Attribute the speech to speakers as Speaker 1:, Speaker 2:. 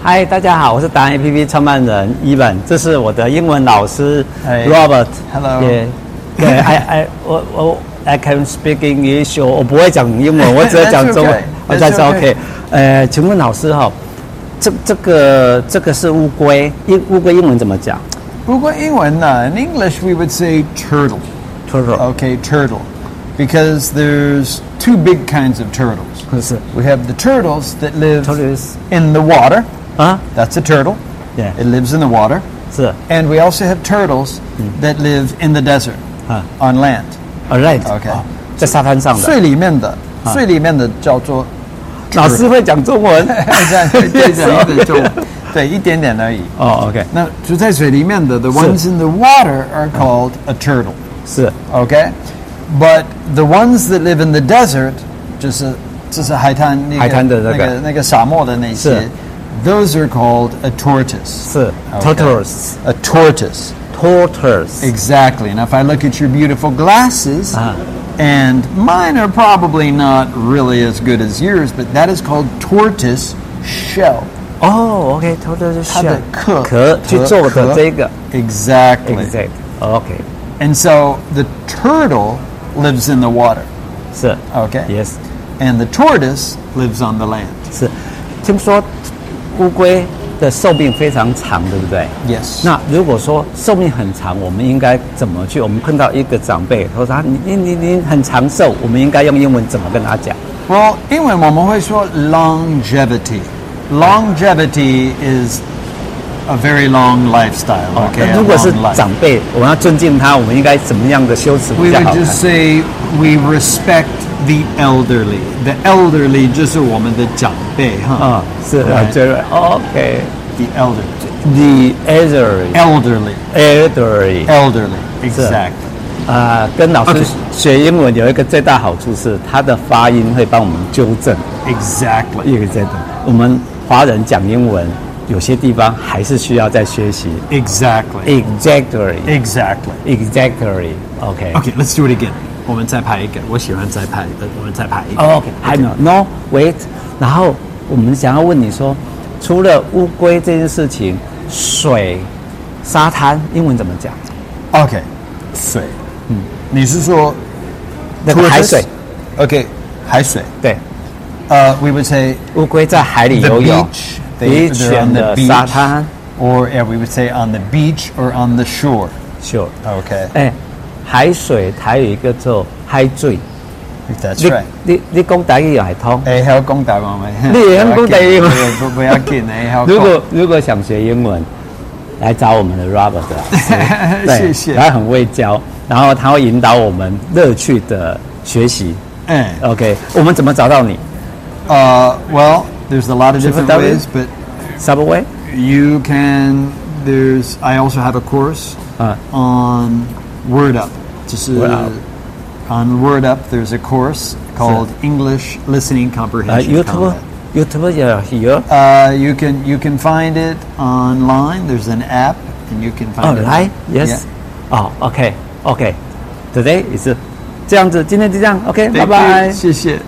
Speaker 1: 嗨，大家好，我是达人 APP 创办人伊本，这是我的英文老师
Speaker 2: 哎
Speaker 1: Robert。
Speaker 2: Hello
Speaker 1: 也 对，I I 我我 I can speak English，我我不会讲英文，我只会讲
Speaker 2: That's
Speaker 1: 中文
Speaker 2: okay.。
Speaker 1: 我
Speaker 2: That's
Speaker 1: 再说
Speaker 2: okay.
Speaker 1: OK。呃，请问老师哈、这这个这个是乌龟，英乌龟英文怎么讲
Speaker 2: Uguayuana. In English, we would say turtle.
Speaker 1: ？Turtle，
Speaker 2: Okay, turtle. Because there's two big kinds of turtles.
Speaker 1: 是
Speaker 2: We have the turtles that live
Speaker 1: Turtles.
Speaker 2: in the water.
Speaker 1: 啊，
Speaker 2: That's a turtle.
Speaker 1: Yeah.
Speaker 2: It lives in the water.
Speaker 1: 是
Speaker 2: And we also have turtles that live in the desert,
Speaker 1: Huh.
Speaker 2: on land.
Speaker 1: All right，
Speaker 2: Okay.
Speaker 1: 哦在沙滩上的。
Speaker 2: 最里面的-最里面的叫做
Speaker 1: 老 师会讲中文
Speaker 2: 对，一点点而已。
Speaker 1: 哦，OK，
Speaker 2: 那就在水里面的- the ones in the water are called a turtle.
Speaker 1: 是
Speaker 2: Okay? But the ones that live in the desert, 就是-就是海滩那个-
Speaker 1: 海滩的那个。
Speaker 2: 那个-那个沙漠的那些，
Speaker 1: 是。
Speaker 2: those are called a tortoise.
Speaker 1: 是
Speaker 2: Okay.
Speaker 1: turtles
Speaker 2: A tortoise.
Speaker 1: turtles
Speaker 2: Exactly. Now, if I look at your beautiful glasses,
Speaker 1: Ah.
Speaker 2: and mine are probably not really as good as yours, but that is called tortoise shell.
Speaker 1: 哦，OK turtles
Speaker 2: 它的壳
Speaker 1: 壳去做的
Speaker 2: 壳
Speaker 1: 这个
Speaker 2: Exactly.
Speaker 1: ，exact OK
Speaker 2: And so the turtle lives in the water,
Speaker 1: 是
Speaker 2: Okay.
Speaker 1: yes
Speaker 2: and the tortoise lives on the land.
Speaker 1: 是，听说乌龟的寿命非常长，对不对？
Speaker 2: Yes.
Speaker 1: 那如果说寿命很长，我们应该怎么去？我们碰到一个长辈，他说他你你你你很长寿，我们应该用英文怎么跟他讲？
Speaker 2: Well, 英文我们会说 longevity. Longevity is a very long lifestyle.
Speaker 1: 那
Speaker 2: Okay. a
Speaker 1: 如果是
Speaker 2: long life.
Speaker 1: 长辈，我们要尊敬他，我们应该怎么样的修辞
Speaker 2: We
Speaker 1: 比较
Speaker 2: would
Speaker 1: 好看？
Speaker 2: just say we respect the elderly. The elderly 就是我们的长辈, huh?
Speaker 1: 啊，是啊，
Speaker 2: Right.
Speaker 1: 这个 OK。
Speaker 2: The elderly.
Speaker 1: The elderly,
Speaker 2: Elderly.
Speaker 1: elderly，
Speaker 2: Elderly. Exactly.
Speaker 1: 啊、跟老师
Speaker 2: OK
Speaker 1: 学英文有一个最大好处是，他的发音会帮我们纠正。
Speaker 2: Exactly.
Speaker 1: 一个在等，我们华人讲英文，有些地方还是需要再学习。
Speaker 2: Exactly.
Speaker 1: Exactly,
Speaker 2: Exactly.
Speaker 1: exactly. OK.
Speaker 2: Okay, let's do it again. 我们再排一个，我喜欢再排一个，我们再排一个。
Speaker 1: 哦 OK，还没有 No wait。然后我们想要问你说，除了乌龟这件事情，水、沙滩英文怎么讲？
Speaker 2: Okay. 水。
Speaker 1: Hmm.
Speaker 2: 你是说
Speaker 1: 那个海水，
Speaker 2: Okay. 海水。
Speaker 1: 对，
Speaker 2: Uh, we would say
Speaker 1: 乌龟在海里
Speaker 2: the
Speaker 1: 游泳
Speaker 2: beach. They,
Speaker 1: Beach
Speaker 2: they're on
Speaker 1: and
Speaker 2: the
Speaker 1: the
Speaker 2: beach.
Speaker 1: 沙滩。
Speaker 2: Or yeah, we would say on the beach or on the shore.
Speaker 1: ，Sure。
Speaker 2: Okay.
Speaker 1: 哎，海水还有一个叫海水，
Speaker 2: That's
Speaker 1: 你
Speaker 2: right. 哎
Speaker 1: 你你讲台语也还通。
Speaker 2: 诶，香港大王咪？
Speaker 1: 你也香港大王。
Speaker 2: 不不要紧，诶， 香港。，
Speaker 1: 如果如果想学英文，来找我们的 Robert 老师对
Speaker 2: 谢谢
Speaker 1: 他很会教，然后他会引导我们乐趣的学习。
Speaker 2: 诶，
Speaker 1: OK，我们怎么找到你
Speaker 2: 呃，Well, Uh, there's a lot of different
Speaker 1: 是不是大卫？
Speaker 2: ways, but
Speaker 1: ？Subway
Speaker 2: you can. There's. I also have a course
Speaker 1: 啊
Speaker 2: on Word Up. 就是
Speaker 1: Word Up。
Speaker 2: on Word Up, there's a course called English Listening
Speaker 1: 呃
Speaker 2: Comprehension
Speaker 1: ，YouTube
Speaker 2: Combat.
Speaker 1: YouTube 也 here
Speaker 2: Uh, you can you can find it online. There's an app, and you can
Speaker 1: 哦
Speaker 2: find it.
Speaker 1: ，Right
Speaker 2: 啊 Yeah.
Speaker 1: Oh, Yes 哦，OK OK，Today is 这样子，今天就这样，OK，拜
Speaker 2: Thank you，
Speaker 1: 拜。
Speaker 2: 谢谢。